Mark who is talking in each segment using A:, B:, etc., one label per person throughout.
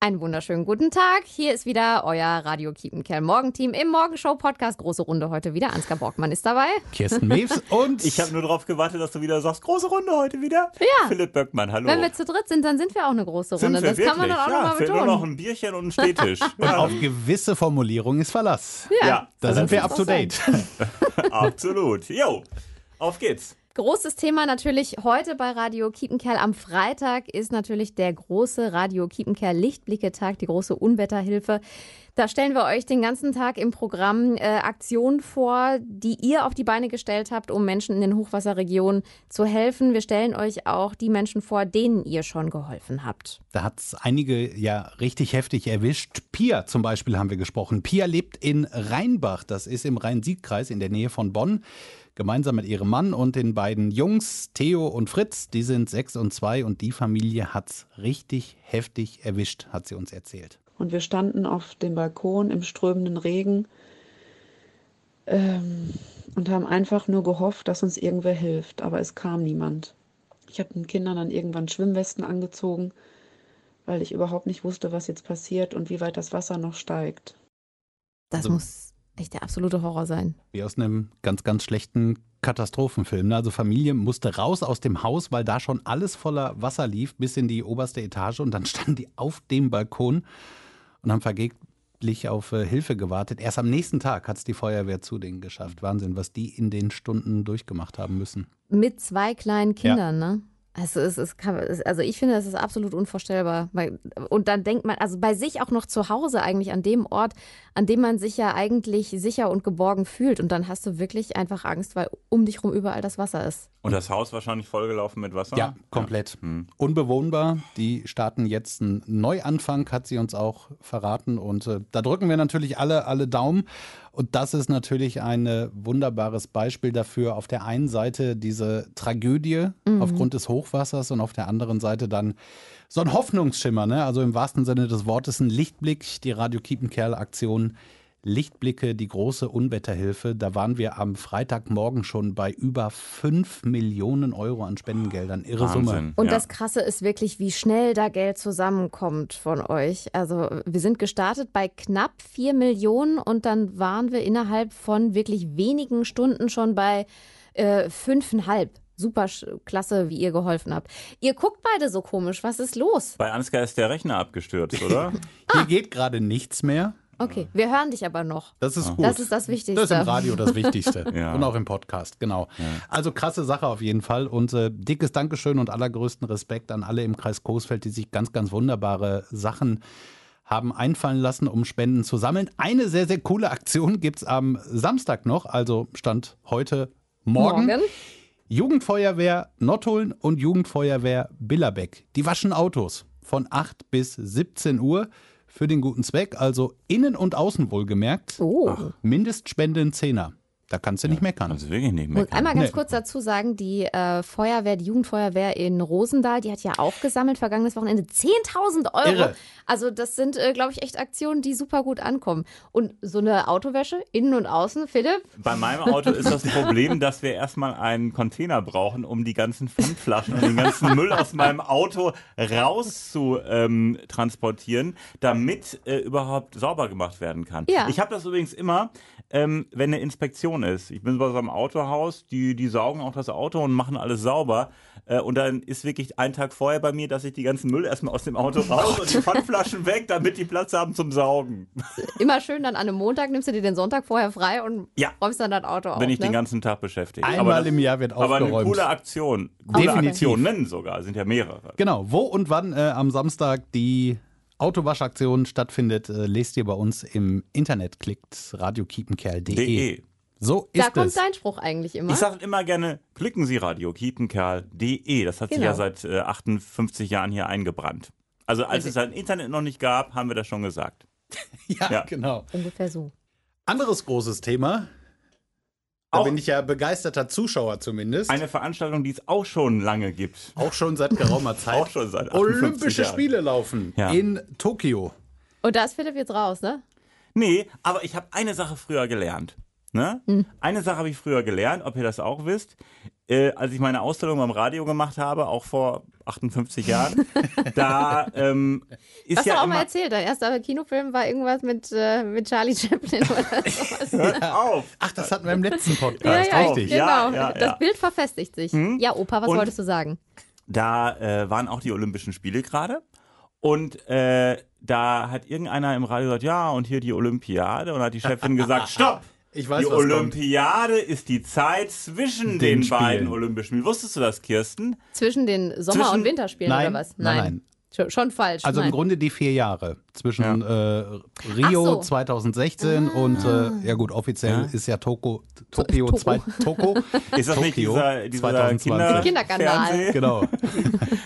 A: Einen wunderschönen guten Tag. Hier ist wieder euer Radio Kiepenkerl Morgenteam im Morgenshow Podcast. Große Runde heute wieder. Ansgar Borgmann ist dabei.
B: Kirsten Mews und
C: Ich habe nur darauf gewartet, dass du wieder sagst, große Runde heute wieder.
A: Ja.
C: Philipp Böckmann, hallo.
A: Wenn wir zu dritt sind, dann sind wir auch eine große
C: Sind
A: Runde.
C: wir
A: das
C: wirklich?
A: kann man doch auch
C: ja,
A: nochmal
C: fehlt nur noch
A: betonen.
C: ein Bierchen und ein Stehtisch. ja,
B: auf gewisse Formulierungen ist Verlass.
C: ja,
B: Da
A: so
B: sind wir
A: soll's
B: up to
A: doch sein.
B: date.
C: absolut. Jo, auf geht's.
A: Großes Thema natürlich heute bei Radio Kiepenkerl am Freitag ist natürlich der große Radio Kiepenkerl Lichtblicke-Tag, die große Unwetterhilfe. Da stellen wir euch den ganzen Tag im Programm äh, Aktionen vor, die ihr auf die Beine gestellt habt, um Menschen in den Hochwasserregionen zu helfen. Wir stellen euch auch die Menschen vor, denen ihr schon geholfen habt.
B: Da hat es einige ja richtig heftig erwischt. Pia zum Beispiel haben wir gesprochen. Pia lebt in Rheinbach, das ist im Rhein-Sieg-Kreis in der Nähe von Bonn. Gemeinsam mit ihrem Mann und den beiden Jungs, Theo und Fritz, die sind sechs und zwei und die Familie hat es richtig heftig erwischt, hat sie uns erzählt.
D: Und wir standen auf dem Balkon im strömenden Regen ähm, und haben einfach nur gehofft, dass uns irgendwer hilft. Aber es kam niemand. Ich habe den Kindern dann irgendwann Schwimmwesten angezogen, weil ich überhaupt nicht wusste, was jetzt passiert und wie weit das Wasser noch steigt.
A: Das
B: Also-
A: muss echt der absolute Horror sein.
B: Wie aus einem ganz, ganz schlechten Katastrophenfilm. ne? Also Familie musste raus aus dem Haus, weil da schon alles voller Wasser lief, bis in die oberste Etage. Und dann standen die auf dem Balkon und haben vergeblich auf äh, Hilfe gewartet. Erst am nächsten Tag hat es die Feuerwehr zu denen geschafft. Wahnsinn, was die in den Stunden durchgemacht haben müssen.
A: Mit zwei kleinen Kindern, ne? Also, es, es kann, es, also ich finde, das ist absolut unvorstellbar. Weil- Und dann denkt man, also bei sich auch noch zu Hause eigentlich an dem Ort, an dem man sich ja eigentlich sicher und geborgen fühlt. Und dann hast du wirklich einfach Angst, weil um dich rum überall das Wasser ist.
C: Und das Haus wahrscheinlich vollgelaufen mit Wasser? Hm.
B: Ja, komplett. Unbewohnbar. Die starten jetzt einen Neuanfang, hat sie uns auch verraten. Und äh, da drücken wir natürlich alle, alle Daumen. Und das ist natürlich ein äh, wunderbares Beispiel dafür. Auf der einen Seite diese Tragödie aufgrund des Hochwassers und auf der anderen Seite dann so ein Hoffnungsschimmer. Ne? Also im wahrsten Sinne des Wortes ein Lichtblick, die Radio Kiepenkerl-Aktion. Lichtblicke, die große Unwetterhilfe. Da waren wir am Freitagmorgen schon bei über 5 Millionen Euro an Spendengeldern. Irre Summe.
C: Wahnsinn.
A: Und
C: ja.
A: das Krasse ist wirklich, wie schnell da Geld zusammenkommt von euch. Also wir sind gestartet bei knapp 4 Millionen und dann waren wir innerhalb von wirklich wenigen Stunden schon bei äh, fünfeinhalb. Super sch- klasse, wie ihr geholfen habt. Ihr guckt beide so komisch. Was ist los?
C: Bei Ansgar ist der Rechner abgestürzt, oder?
A: Ah.
B: Hier geht gerade nichts mehr.
A: Okay, wir hören dich aber noch.
B: Das ist gut.
A: Das ist das Wichtigste.
B: Das ist im Radio das Wichtigste.
C: Ja.
B: Und auch im Podcast, genau. Also krasse Sache auf jeden Fall. Und äh, dickes Dankeschön und allergrößten Respekt an alle im Kreis Coesfeld, die sich ganz, ganz wunderbare Sachen haben einfallen lassen, um Spenden zu sammeln. Eine sehr, sehr coole Aktion gibt es am Samstag noch, also Stand heute Morgen.
A: Morgen.
B: Jugendfeuerwehr Nottuln und Jugendfeuerwehr Billerbeck. Die waschen Autos von 8 bis 17 Uhr für den guten Zweck, also innen und außen wohlgemerkt.
A: Oh.
B: Mindestspende ein Zehner. Da kannst du nicht meckern.
C: Also wirklich nicht mehr.
A: Muss einmal ganz
B: Nee.
A: kurz dazu sagen, die äh, Feuerwehr, die Jugendfeuerwehr in Rosendahl, die hat ja auch gesammelt vergangenes Wochenende 10.000 Euro.
B: Irre.
A: Also das sind, äh, glaube ich, echt Aktionen, die super gut ankommen. Und so eine Autowäsche, innen und außen, Philipp,
C: Bei meinem Auto ist das Problem, dass wir erstmal einen Container brauchen, um die ganzen Pfandflaschen und den ganzen Müll aus meinem Auto raus zu ähm, transportieren, damit äh, überhaupt sauber gemacht werden kann.
A: Ja.
C: Ich habe das übrigens immer, ähm, wenn eine Inspektion ist. Ich bin bei so einem Autohaus, die, die saugen auch das Auto und machen alles sauber. Äh, und dann ist wirklich ein Tag vorher bei mir, dass ich die ganzen Müll erstmal aus dem Auto raus und die Pfandflaschen weg, damit die Platz haben zum Saugen.
A: immer schön dann an einem Montag, nimmst du dir den Sonntag vorher frei und
C: Ja.
A: räumst dann das Auto auf.
C: bin ich
A: ne?
C: den ganzen Tag beschäftigt. Aber
B: Einmal
C: das-
B: im Jahr wird
C: Aber
B: aufgeräumt.
C: eine coole Aktion. Coole
B: Definitiv.
C: Aktionen sogar, sind ja mehrere.
B: Genau, wo und wann äh, am Samstag die Autowaschaktion stattfindet, äh, lest ihr bei uns im Internet. Klickt radiokiepenkerl.de.
C: De.
B: So ist
A: da kommt
B: es.
A: dein Spruch eigentlich immer.
C: Ich sage immer gerne, klicken Sie Radio Kiepenkerl.de. Das hat sich
A: Genau.
C: ja seit äh, 58 Jahren hier eingebrannt. Also als es ein Internet noch nicht gab, haben wir das schon gesagt.
B: Ja,
C: Ja.
B: genau.
A: Ungefähr so.
B: Anderes großes Thema. Da
C: Auch-
B: bin ich ja begeisterter Zuschauer zumindest.
C: Eine Veranstaltung, die es auch schon lange gibt.
B: auch schon seit geraumer Zeit.
C: Auch schon seit 58
B: Olympische
C: Jahren.
B: Spiele laufen
C: Ja.
B: in Tokio.
A: Und da ist Philipp jetzt raus, ne?
C: Nee, aber
A: Hm.
C: ich habe eine Sache früher gelernt. Ne? Eine Sache habe ich früher gelernt, ob ihr das auch wisst. äh, als ich meine Ausstellung beim Radio gemacht habe, auch vor 58 Jahren, da ähm, ist
A: Hast
C: ja
A: du auch
C: immer,
A: mal erzählt, dein erster Kinofilm war irgendwas mit, äh, mit Charlie Chaplin oder sowas.
C: Hört auf.
B: Ach, das hatten wir im letzten Podcast.
C: Ja, ja,
B: Richtig.
A: genau.
C: Ja, ja, ja.
A: Das Bild verfestigt sich.
B: Hm?
A: Ja, Opa, was
C: Und-
A: wolltest du sagen?
C: Da äh, waren auch die Olympischen Spiele gerade. Und äh, da hat irgendeiner im Radio gesagt, ja, und hier die Olympiade. Und hat die Chefin gesagt, stopp!
B: Ich weiß,
C: die
B: was kommt.
C: Olympiade ist die Zeit zwischen
B: Den
C: den, beiden
B: Spielen.
C: Olympischen Spielen. Wusstest du das, Kirsten?
A: Zwischen den Sommer-
C: Zwischen-
A: und Winterspielen
B: Nein,
A: oder was?
B: nein,
A: Schon, schon falsch.
B: Also
A: nein.
B: im Grunde die vier Jahre zwischen äh, Rio
A: Ach so. Ah.
B: 2016 und, äh, ja gut, offiziell
C: Ja.
B: ist ja Toko, Tokio,
A: Toko.
B: zwei, Toko.
C: Ist das nicht
B: Tokio
C: dieser, dieser
B: 2020.
C: Kinder
A: Kinderkanal.
C: Fernseh?
B: Genau.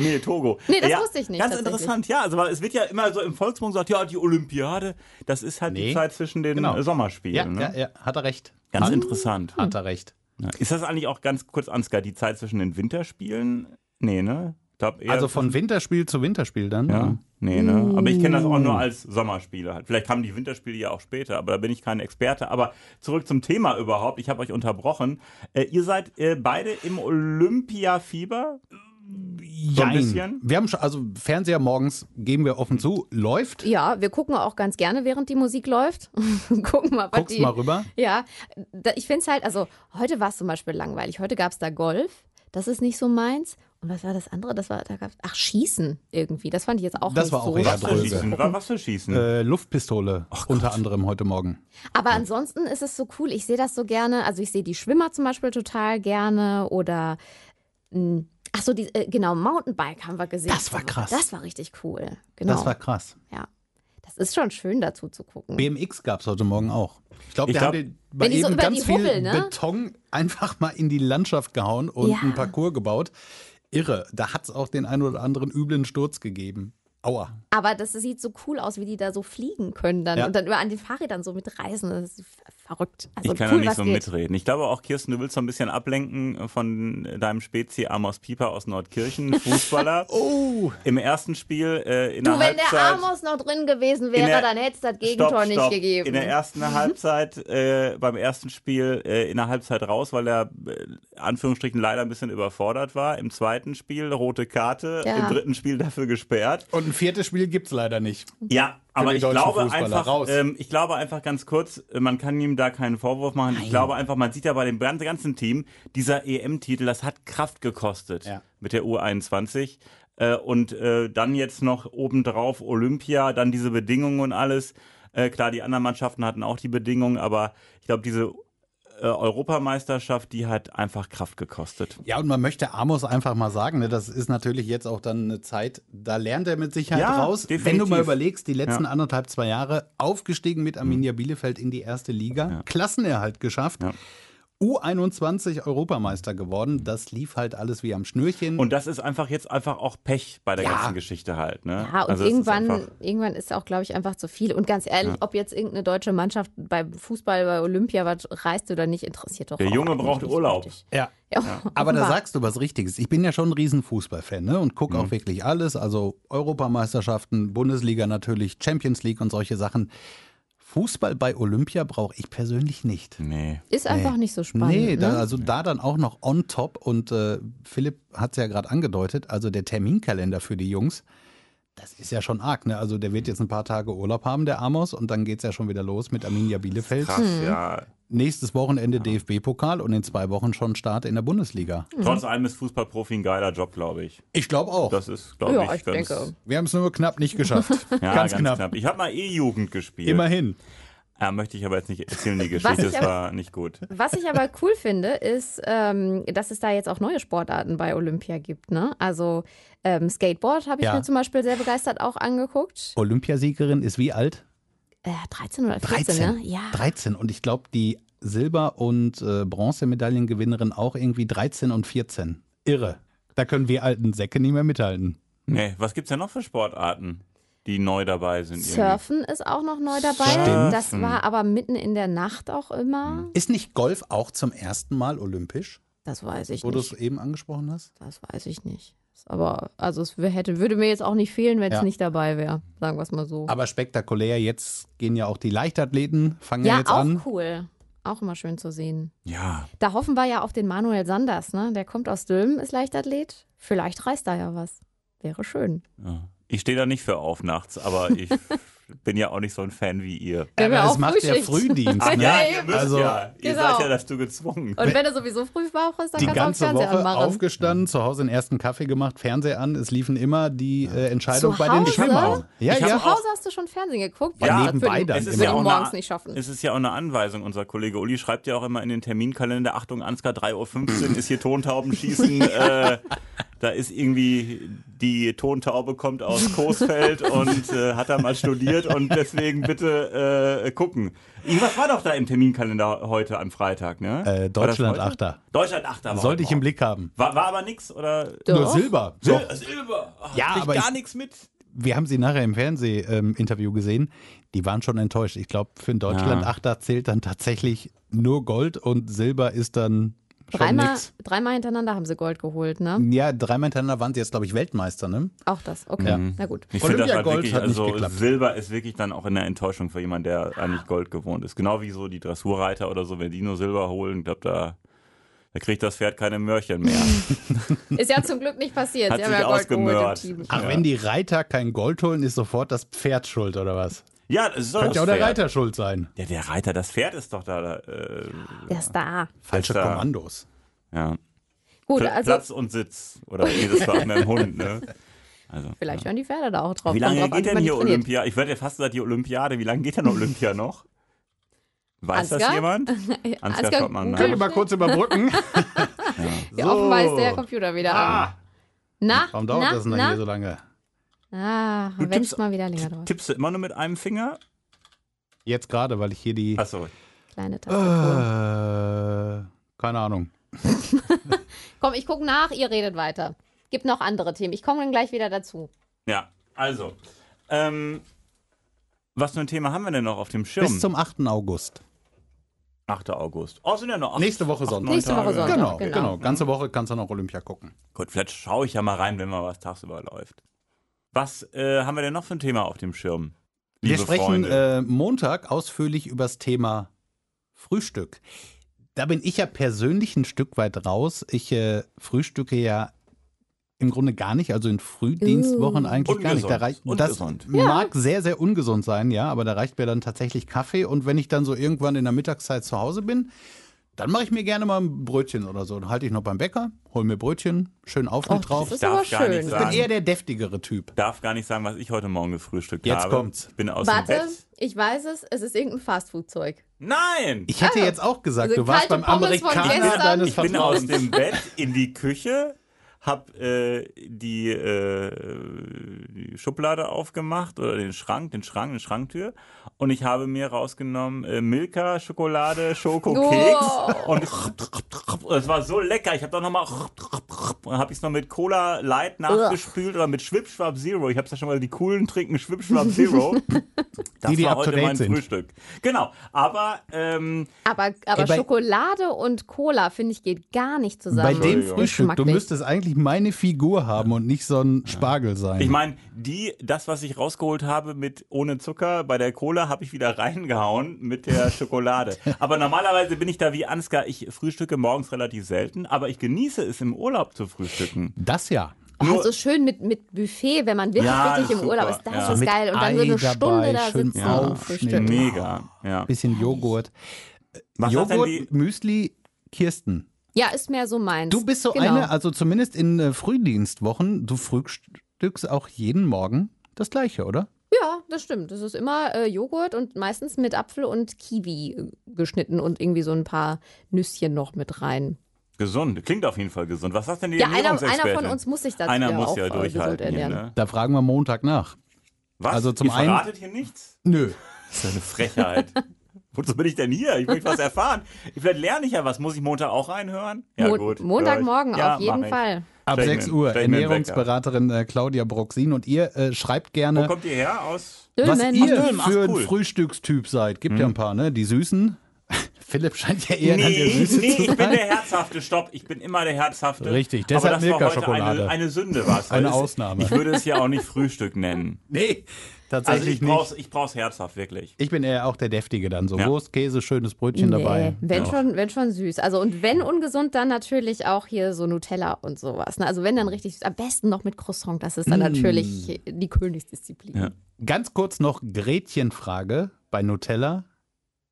C: Nee, Togo.
A: Nee, das wusste ich nicht,
C: Ganz
A: tatsächlich.
C: interessant, ja. Also, weil es wird ja immer so im Volksmund gesagt, ja, die Olympiade, das ist halt
B: Nee.
C: die Zeit zwischen den
B: Genau.
C: äh, Sommerspielen.
B: Ja,
C: ne?
B: ja, ja, hat er recht.
C: Ganz
B: hat,
C: interessant.
B: Hat er recht.
C: Ja. Ist das eigentlich auch ganz kurz, Ansgar, die Zeit zwischen den Winterspielen? Nee, ne? Ich glaub eher
B: Also von Winterspiel zu Winterspiel dann.
C: Ja, nee, ne? Aber ich kenne das auch nur
B: Mm.
C: als Sommerspiele. halt. Vielleicht kamen die Winterspiele ja auch später, aber da bin ich kein Experte. Aber zurück zum Thema überhaupt. Ich habe euch unterbrochen. Äh, ihr seid äh, beide im Olympia-Fieber? So ein
B: Jein.
C: bisschen?
B: Wir haben schon, also Fernseher morgens geben wir offen zu, läuft.
A: ja, wir gucken auch ganz gerne, während die Musik läuft. gucken mal, was
B: Guckst
A: die,
B: mal rüber.
A: Ja, da, ich finde es halt, also heute war es zum Beispiel langweilig. Heute gab es da Golf, das ist nicht so meins. Und was war das andere? Das war, da gab's, ach, Schießen irgendwie. Das fand ich jetzt auch
B: Das
A: nicht
B: war
A: so.
B: auch eher Ja,
C: was, für
B: dröge.
C: Schießen? Wa- was für Schießen?
B: Äh, Luftpistole unter anderem heute Morgen.
A: Aber ansonsten ist es so cool. Ich sehe das so gerne. Also ich sehe die Schwimmer zum Beispiel total gerne oder mh, ach so, die, äh, genau Mountainbike haben wir gesehen.
B: Das war krass.
A: Das war richtig cool. Genau.
B: Das war krass.
A: ja. Das ist schon schön dazu zu gucken.
B: BMX gab es heute Morgen auch. Ich glaube,
C: Ich
B: wir
C: glaub-
B: haben den, bei
A: Wenn die
B: eben
A: so über
B: ganz
A: die
B: viel
A: Hubbel, ne?
B: Beton einfach mal in die Landschaft gehauen und
A: Ja.
B: einen Parcours gebaut. Irre. Da hat es auch den einen oder anderen üblen Sturz gegeben. Aua.
A: Aber das sieht so cool aus, wie die da so fliegen können dann
B: Ja.
A: und dann über an den Fahrrädern so mitreißen. Das ist ver- verrückt. Also
C: ich kann
A: cool,
C: da nicht
A: was
C: so
A: geht.
C: mitreden. Ich glaube auch, Kirsten, du willst so ein bisschen ablenken von deinem Spezi Amos Pieper aus Nordkirchen, Fußballer.
B: Oh.
C: Im ersten Spiel äh, in
A: Du,
C: der
A: wenn
C: Halbzeit.
A: der Amos noch drin gewesen
C: In
A: wäre,
C: der-
A: dann hätte es das Gegentor
C: Stopp,
A: nicht
C: stopp.
A: gegeben. Mhm.
C: In der ersten Halbzeit, äh, beim ersten Spiel äh, in der Halbzeit raus, weil er äh, Anführungsstrichen leider ein bisschen überfordert war. Im zweiten Spiel rote Karte,
A: Ja.
C: im dritten Spiel dafür gesperrt.
B: Und ein viertes Spiel gibt es leider nicht.
C: Ja, aber
B: den
C: ich
B: deutschen
C: glaube,
B: Fußballer
C: einfach,
B: raus.
C: ähm, ich glaube einfach ganz kurz, äh, man kann ihm da keinen Vorwurf machen. Ich glaube einfach, man sieht ja bei dem gan- ganzen Team, dieser EM-Titel, das hat Kraft gekostet
B: Ja.
C: mit der U21. Äh, und äh, dann jetzt noch obendrauf Olympia, dann diese Bedingungen und alles. Äh, klar, die anderen Mannschaften hatten auch die Bedingungen, aber ich glaube, diese äh, Europameisterschaft, die hat einfach Kraft gekostet.
B: Ja, und man möchte Amos einfach mal sagen, ne, das ist natürlich jetzt auch dann eine Zeit, da lernt er mit Sicherheit
C: Ja,
B: raus. Wenn du
C: definitiv.
B: mal überlegst, die letzten
C: Ja. Mhm.
B: anderthalb, zwei Jahre aufgestiegen mit Arminia Bielefeld in die erste Liga, Klassenerhalt geschafft.
C: Ja.
B: U21 Europameister geworden, das lief halt alles wie am Schnürchen.
C: Und das ist einfach jetzt einfach auch Pech bei der
B: Ja.
C: ganzen Geschichte halt. Ne?
A: Ja, und
C: Also es ist
A: irgendwann,
C: einfach-
A: irgendwann ist auch, glaube ich, einfach zu viel. Und ganz ehrlich, ob jetzt irgendeine deutsche Mannschaft beim Fußball, bei Olympia was reist oder nicht, interessiert doch
C: Der
A: auch
C: Junge
A: eigentlich
C: braucht
A: nicht
C: Urlaub.
A: wirklich.
B: ja.
A: Ja,
B: Aber da
A: offenbar.
B: sagst du was Richtiges. Ich bin ja schon ein riesen Fußballfan ne? und gucke
C: Mhm.
B: auch wirklich alles. Also Europameisterschaften, Bundesliga natürlich, Champions League und solche Sachen. Fußball bei Olympia brauche ich persönlich nicht.
C: Nee.
A: Ist einfach nicht so spannend.
B: Nee, da,
A: ne?
B: also da dann auch noch on top. Und äh, Philipp hat es ja gerade angedeutet, also der Terminkalender für die Jungs, das ist ja schon arg. Ne? Also der wird jetzt ein paar Tage Urlaub haben, der Amos, und dann geht es ja schon wieder los mit Arminia Bielefeld.
C: Krass, Hm.
A: Mhm.
C: ja.
B: Nächstes Wochenende DFB-Pokal und in zwei Wochen schon Start in der Bundesliga.
A: Mhm.
C: Trotz allem ist Fußballprofi ein geiler Job, glaube ich.
B: Ich glaube auch.
C: Das ist, glaube
A: ja,
C: ich,
A: ich
C: ganz,
A: denke.
B: Wir haben es nur knapp nicht geschafft.
C: Ja,
B: ganz, knapp.
C: Ich habe mal E-Jugend gespielt.
B: Immerhin.
C: Ja, möchte ich aber jetzt nicht erzählen, die
A: Was
C: Geschichte.
A: ich
C: Das
A: aber-
C: war nicht gut.
A: Was ich aber cool finde, ist, ähm, dass es da jetzt auch neue Sportarten bei Olympia gibt. Ne? Also ähm, Skateboard habe ich
B: Ja.
A: mir zum Beispiel sehr begeistert auch angeguckt.
B: Olympiasiegerin ist wie alt?
A: Äh, 13 oder 14,
B: 13.
A: ne? Ja.
B: 13. Und ich glaube, die Silber- und äh, Bronzemedaillengewinnerin auch irgendwie 13 und 14. Irre. Da können wir alten Säcke nicht mehr mithalten.
C: Nee, was gibt's denn noch für Sportarten, die neu dabei sind? irgendwie?
A: Surfen ist auch noch neu dabei.
B: Stimmt.
A: Das war aber mitten in der Nacht auch immer.
B: Ist nicht Golf auch zum ersten Mal olympisch,
A: Das weiß ich
B: wo du es
A: nicht.
B: eben angesprochen hast?
A: Das weiß ich nicht. Ist Aber also es wär- hätte, würde mir jetzt auch nicht fehlen, wenn es
B: Ja.
A: nicht dabei wäre. Sagen wir es mal so.
B: Aber spektakulär, jetzt gehen ja auch die Leichtathleten, fangen ja,
A: ja,
B: jetzt
A: auch
B: an.
A: cool. Auch immer schön zu sehen.
C: Ja.
A: Da hoffen wir ja auf den Manuel Sanders, ne? Der kommt aus Dülmen, ist Leichtathlet. Vielleicht reißt da ja was. Wäre schön.
C: ja. Ich stehe da nicht für auf nachts, aber ich bin ja auch nicht so ein Fan wie ihr.
A: Wir haben ja
B: Aber
A: auch
B: es macht ja
A: Frühschicht.
B: Frühdienst.
A: Ach
B: ne?
A: ja,
C: ihr müsst
B: also
C: ja. Ihr
A: Genau.
C: seid ja dazu gezwungen.
A: Und wenn er sowieso Frühschlaf ist, dann kannst
B: die
A: du auch den
B: ganze
A: Fernseher
B: Woche
A: anmachen.
B: aufgestanden, zu Hause den ersten Kaffee gemacht, Fernseher an. Es liefen immer die äh, Entscheidungen
A: Zu
B: bei den
A: Hause?
B: Schwimmern. Ja,
C: Ich hab
B: ja.
A: Zu Hause hast du schon Fernsehen geguckt?
B: Ja,
A: Was
B: nebenbei
A: für die-
B: dann
A: Das
B: immer.
A: würde ich
C: auch
A: morgens
C: eine-
A: nicht schaffen.
C: Es ist ja auch eine Anweisung. Unser Kollege Uli schreibt ja auch immer in den Terminkalender: Achtung, Ansgar, 3.15 Uhr ist hier Tontaubenschießen. äh, da ist irgendwie die Tontaube kommt aus Coesfeld und äh, hat da mal studiert und deswegen bitte äh, gucken. Irgendwas war doch da im Terminkalender heute am Freitag, ne? War
B: Äh,
C: das
B: Deutschland
C: heute?
B: Achter.
C: Deutschland Achter war
B: Sollte
C: heute
B: ich im
C: auch.
B: Blick haben.
C: War, war aber nix oder?
A: Doch.
B: Nur Silber. So,
C: Sil- Silber. Ach,
B: Ja,
C: krieg ich
B: aber
C: gar
B: ich-
C: nichts mit.
B: wir haben sie nachher im Fernsehinterview gesehen. Die waren schon enttäuscht. Ich glaube, für den Deutschland-Achter zählt dann tatsächlich nur Gold und Silber ist dann schon
A: Dreimal,
B: nix. Hm.
A: dreimal hintereinander haben sie Gold geholt, ne?
B: Ja, dreimal hintereinander waren sie jetzt, glaube ich, Weltmeister, ne?
A: Auch das, okay.
B: Ja.
A: Na gut.
C: Ich finde das halt
B: Olympiagold
C: wirklich,
B: hat nicht
C: also
B: geklappt.
C: Silber ist wirklich dann auch in der Enttäuschung für jemanden, der eigentlich Gold gewohnt ist. Genau wie so die Dressurreiter oder so, wenn die nur Silber holen, glaub da, da kriegt das Pferd keine Mörchen mehr.
A: Ist ja zum Glück nicht passiert.
C: Hat
A: sie haben
C: sich
A: ja Gold
C: ausgemört.
A: geholt im Team.
B: Ach,
C: Ja.
B: wenn die Reiter kein Gold holen, ist sofort das Pferd schuld, oder was?
C: Ja, das ist doch
B: Könnte ja
C: das
B: auch der
C: Pferd.
B: Reiter schuld sein.
C: Ja, der Reiter, das Pferd ist doch da. Äh,
A: Der ist da.
B: Falsche
C: Ist da-
B: Kommandos.
C: ja.
A: Gut,
C: Pl-
A: also
C: Platz und Sitz. Oder jedes Mal mit dem Hund, ne? Also,
A: vielleicht hören die Pferde da auch drauf.
C: Wie lange
A: Kommt drauf an,
C: geht
A: wie
C: denn
A: man die
C: hier
A: trainiert.
C: Olympia? Ich werde ja fast gesagt, die Olympiade. Wie lange geht denn Olympia noch? Weiß das
A: Ansgar?
C: jemand?
A: Ansgar
C: schaut mal
A: googelt.
C: nach.
A: Können wir mal kurz
B: überbrücken?
A: Ja, Offenbar ist der Computer wieder
C: Ah.
A: an. Na,
B: Warum dauert
A: na,
B: das denn
A: na?
B: hier so lange?
A: Ah,
C: Du
A: wenn
C: tippst-
A: es mal wieder länger dauert.
C: Tippst du immer nur mit einem Finger?
B: Jetzt gerade, weil ich hier die.
C: Achso,
A: Kleine
C: Ah.
A: Tastatur.
B: Äh, keine Ahnung.
A: Komm, ich gucke nach, ihr redet weiter. Gibt noch andere Themen. Ich komme dann gleich wieder dazu.
C: Ja, also. Ähm, was für ein Thema haben wir denn noch auf dem Schirm?
B: Bis zum 8. August.
C: 8. August. Oh, sind ja noch acht-
B: Nächste Woche
C: acht, neun
B: Sonntag.
A: Nächste Woche
C: Tage.
A: Sonntag.
B: Genau,
A: genau.
B: genau, Ganze Woche kannst du noch Olympia gucken.
C: Gut, vielleicht schaue ich ja mal rein, wenn mal was tagsüber läuft. Was äh, haben wir denn noch für ein Thema auf dem Schirm? Liebe
B: wir sprechen äh,
C: Freunde?
B: Montag ausführlich über das Thema Frühstück. Da bin ich ja persönlich ein Stück weit raus. Ich äh, frühstücke ja im Grunde gar nicht, also in Frühdienstwochen
A: Uh.
B: eigentlich gar nicht. Da
C: Ungesund,
B: reicht, das
C: ungesund.
B: mag sehr, sehr ungesund sein, ja, aber da reicht mir dann tatsächlich Kaffee. Und wenn ich dann so irgendwann in der Mittagszeit zu Hause bin, dann mache ich mir gerne mal ein Brötchen oder so. Dann halte ich noch beim Bäcker, hol mir Brötchen, schön Aufschnitt
A: Och,
B: drauf.
A: das ist
C: darf
A: aber
C: gar nicht
A: schön.
C: sagen.
B: Ich bin eher der deftigere Typ.
C: darf gar nicht sagen, was ich heute Morgen gefrühstückt
B: Jetzt
C: habe.
B: kommt's.
C: Bin aus dem
A: Warte,
C: Bett.
A: ich weiß es, es ist irgendein Fastfood-Zeug.
C: Nein!
B: Ich hätte jetzt auch gesagt,
A: Also
B: du warst
A: kalte
B: beim
A: Pommes von
B: Amerikaner
A: gestern.
B: deines
C: ich bin
B: Vertrauens.
C: aus dem Bett in die Küche, hab äh, die, äh, die Schublade aufgemacht oder den Schrank, den Schrank, eine Schranktür und ich habe mir rausgenommen äh, Milka, Schokolade, Schokokeks
A: Oh.
C: und es war so lecker. Ich habe dann nochmal habe ich es noch mit Cola Light nachgespült oder mit Schwipschwap Zero. Ich habe es ja schon mal die coolen trinken Schwipschwap Zero. Das
B: Die, die
C: war
B: up to
C: heute
B: date
C: mein
B: sind.
C: Frühstück. Genau, aber ähm,
A: Aber, aber
B: Ey, bei-
A: Schokolade und Cola, finde ich, geht gar nicht
B: Bei
A: zusammen.
B: dem
C: Entschuldigung.
B: Frühstück, du
A: Geschmacklich.
B: müsstest eigentlich meine Figur haben und nicht so ein Spargel sein.
C: Ich meine, die, das, was ich rausgeholt habe mit ohne Zucker bei der Cola, habe ich wieder reingehauen mit der Schokolade. aber normalerweise bin ich da wie Ansgar. Ich frühstücke morgens relativ selten, aber ich genieße es im Urlaub zu frühstücken.
B: das ja.
A: Oh, so schön mit, mit Buffet, wenn man wirklich
C: Ja,
A: richtig im
C: super,
A: Urlaub ist. Das
C: ja.
A: ist
B: Mit
A: geil. Und dann so
B: Ei
A: eine
B: dabei,
A: Stunde da
B: schön
A: sitzen und
B: aufschneiden.
A: frühstücken.
C: Mega. Ja.
B: Bisschen Joghurt.
C: Was sagt denn die,
B: Joghurt, Müsli, Kirsten.
A: Ja, ist mehr so meins.
B: Du bist so
A: genau.
B: eine, also zumindest in äh, Frühdienstwochen, du frühstückst auch jeden Morgen das Gleiche, oder?
A: Ja, das stimmt. Das ist immer äh, Joghurt und meistens mit Apfel und Kiwi äh, geschnitten und irgendwie so ein paar Nüsschen noch mit rein.
C: gesund? Klingt auf jeden Fall gesund. Was sagt denn die
A: Ja, einer, einer
C: Ernährungsexpertin?
A: von uns muss sich das
C: Einer
A: ja
C: muss
A: auch
C: ja
A: äh, gesund
C: durchhalten. Hier,
A: ernähren.
C: ne?
B: Da fragen wir Montag nach.
C: Was?
B: Also zum
C: Ihr
B: einen-
C: verratet hier nichts?
B: Nö.
C: Das ist eine Frechheit. Wozu bin ich denn hier? Ich möchte was erfahren. Vielleicht lerne ich ja was. Muss ich Montag auch reinhören? Ja,
A: Mo-
C: gut.
A: Montagmorgen
C: Ja,
A: auf jeden
C: mach ich.
A: Fall.
B: Ab
C: Stell ich
B: 6
C: mir-
B: Uhr,
C: stell ich mir einen
B: Ernährungsberaterin äh, Claudia Broxin und ihr äh, schreibt
C: Wo
B: gerne,
C: kommt ihr her? Aus
B: was
A: Dülmen.
B: ihr
C: Dülmen, ach,
B: für
C: cool. Hm.
B: ein Frühstückstyp seid. Gibt ja ein paar, ne? Die Süßen. Philipp scheint ja
C: Nee,
B: eher an der
C: nee,
B: Süße zu
C: ich bin
B: sein.
C: der Herzhafte. Stopp, ich bin immer der Herzhafte.
B: Richtig, deshalb
C: Aber das war heute
B: Milka-Schokolade.
C: eine, eine Sünde war es.
B: Eine
C: Es-
B: Ausnahme.
C: Ich würde es ja auch nicht Frühstück nennen.
B: Nee,
C: Also ich
B: tatsächlich
C: brauch's,
B: nicht.
C: ich brauch's herzhaft, wirklich.
B: Ich bin eher auch der Deftige dann. So
C: Ja.
B: Wurst, Käse, schönes Brötchen dabei.
A: Wenn
B: Ja.
A: schon, wenn schon süß. Also und wenn ungesund, dann natürlich auch hier so Nutella und sowas. ne? Also wenn dann richtig süß. Am besten noch mit Croissant. Das ist dann
B: Mm.
A: natürlich die Königsdisziplin.
B: Ganz kurz noch Gretchenfrage bei Nutella.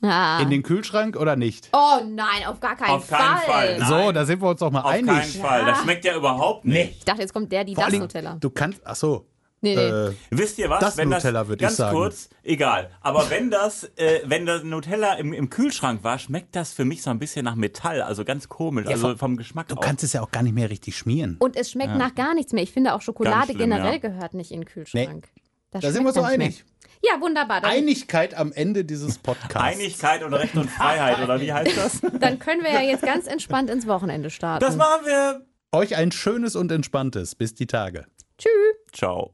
A: Ah.
B: In den Kühlschrank oder nicht?
A: Oh nein, auf gar keinen,
C: Auf keinen Fall. Nein.
B: So, da sind wir uns doch mal
C: Auf
B: einig.
C: keinen Fall. Das schmeckt ja überhaupt nicht.
A: Ich dachte, jetzt kommt der, die
B: Vor
A: das
B: allen Dingen,
A: Nutella.
B: Du kannst, ach so.
A: Nee, nee.
B: Äh,
C: Wisst ihr was?
B: Das
C: wenn
B: Nutella,
C: das,
B: würd ich
C: ganz
B: sagen.
C: kurz, egal. Aber wenn das, äh, wenn das Nutella im, im Kühlschrank war, schmeckt das für mich so ein bisschen nach Metall. Also ganz komisch. also vom Geschmack
B: du
C: auch.
B: kannst es ja auch gar nicht mehr richtig schmieren.
A: Und es schmeckt nach gar nichts mehr. Ich finde auch Schokolade
C: schlimm,
A: generell
C: ja.
A: gehört nicht in den Kühlschrank.
B: Da sind wir
A: schmeckt
B: so
A: dann nicht
B: einig.
A: mehr. Ja, wunderbar. Dann,
B: Einigkeit am Ende dieses Podcasts.
C: Einigkeit und Recht und Freiheit, oder wie heißt das?
A: dann können wir ja jetzt ganz entspannt ins Wochenende starten.
C: Das machen wir.
B: Euch ein schönes und entspanntes. Bis die Tage.
A: Tschüss.
C: Ciao.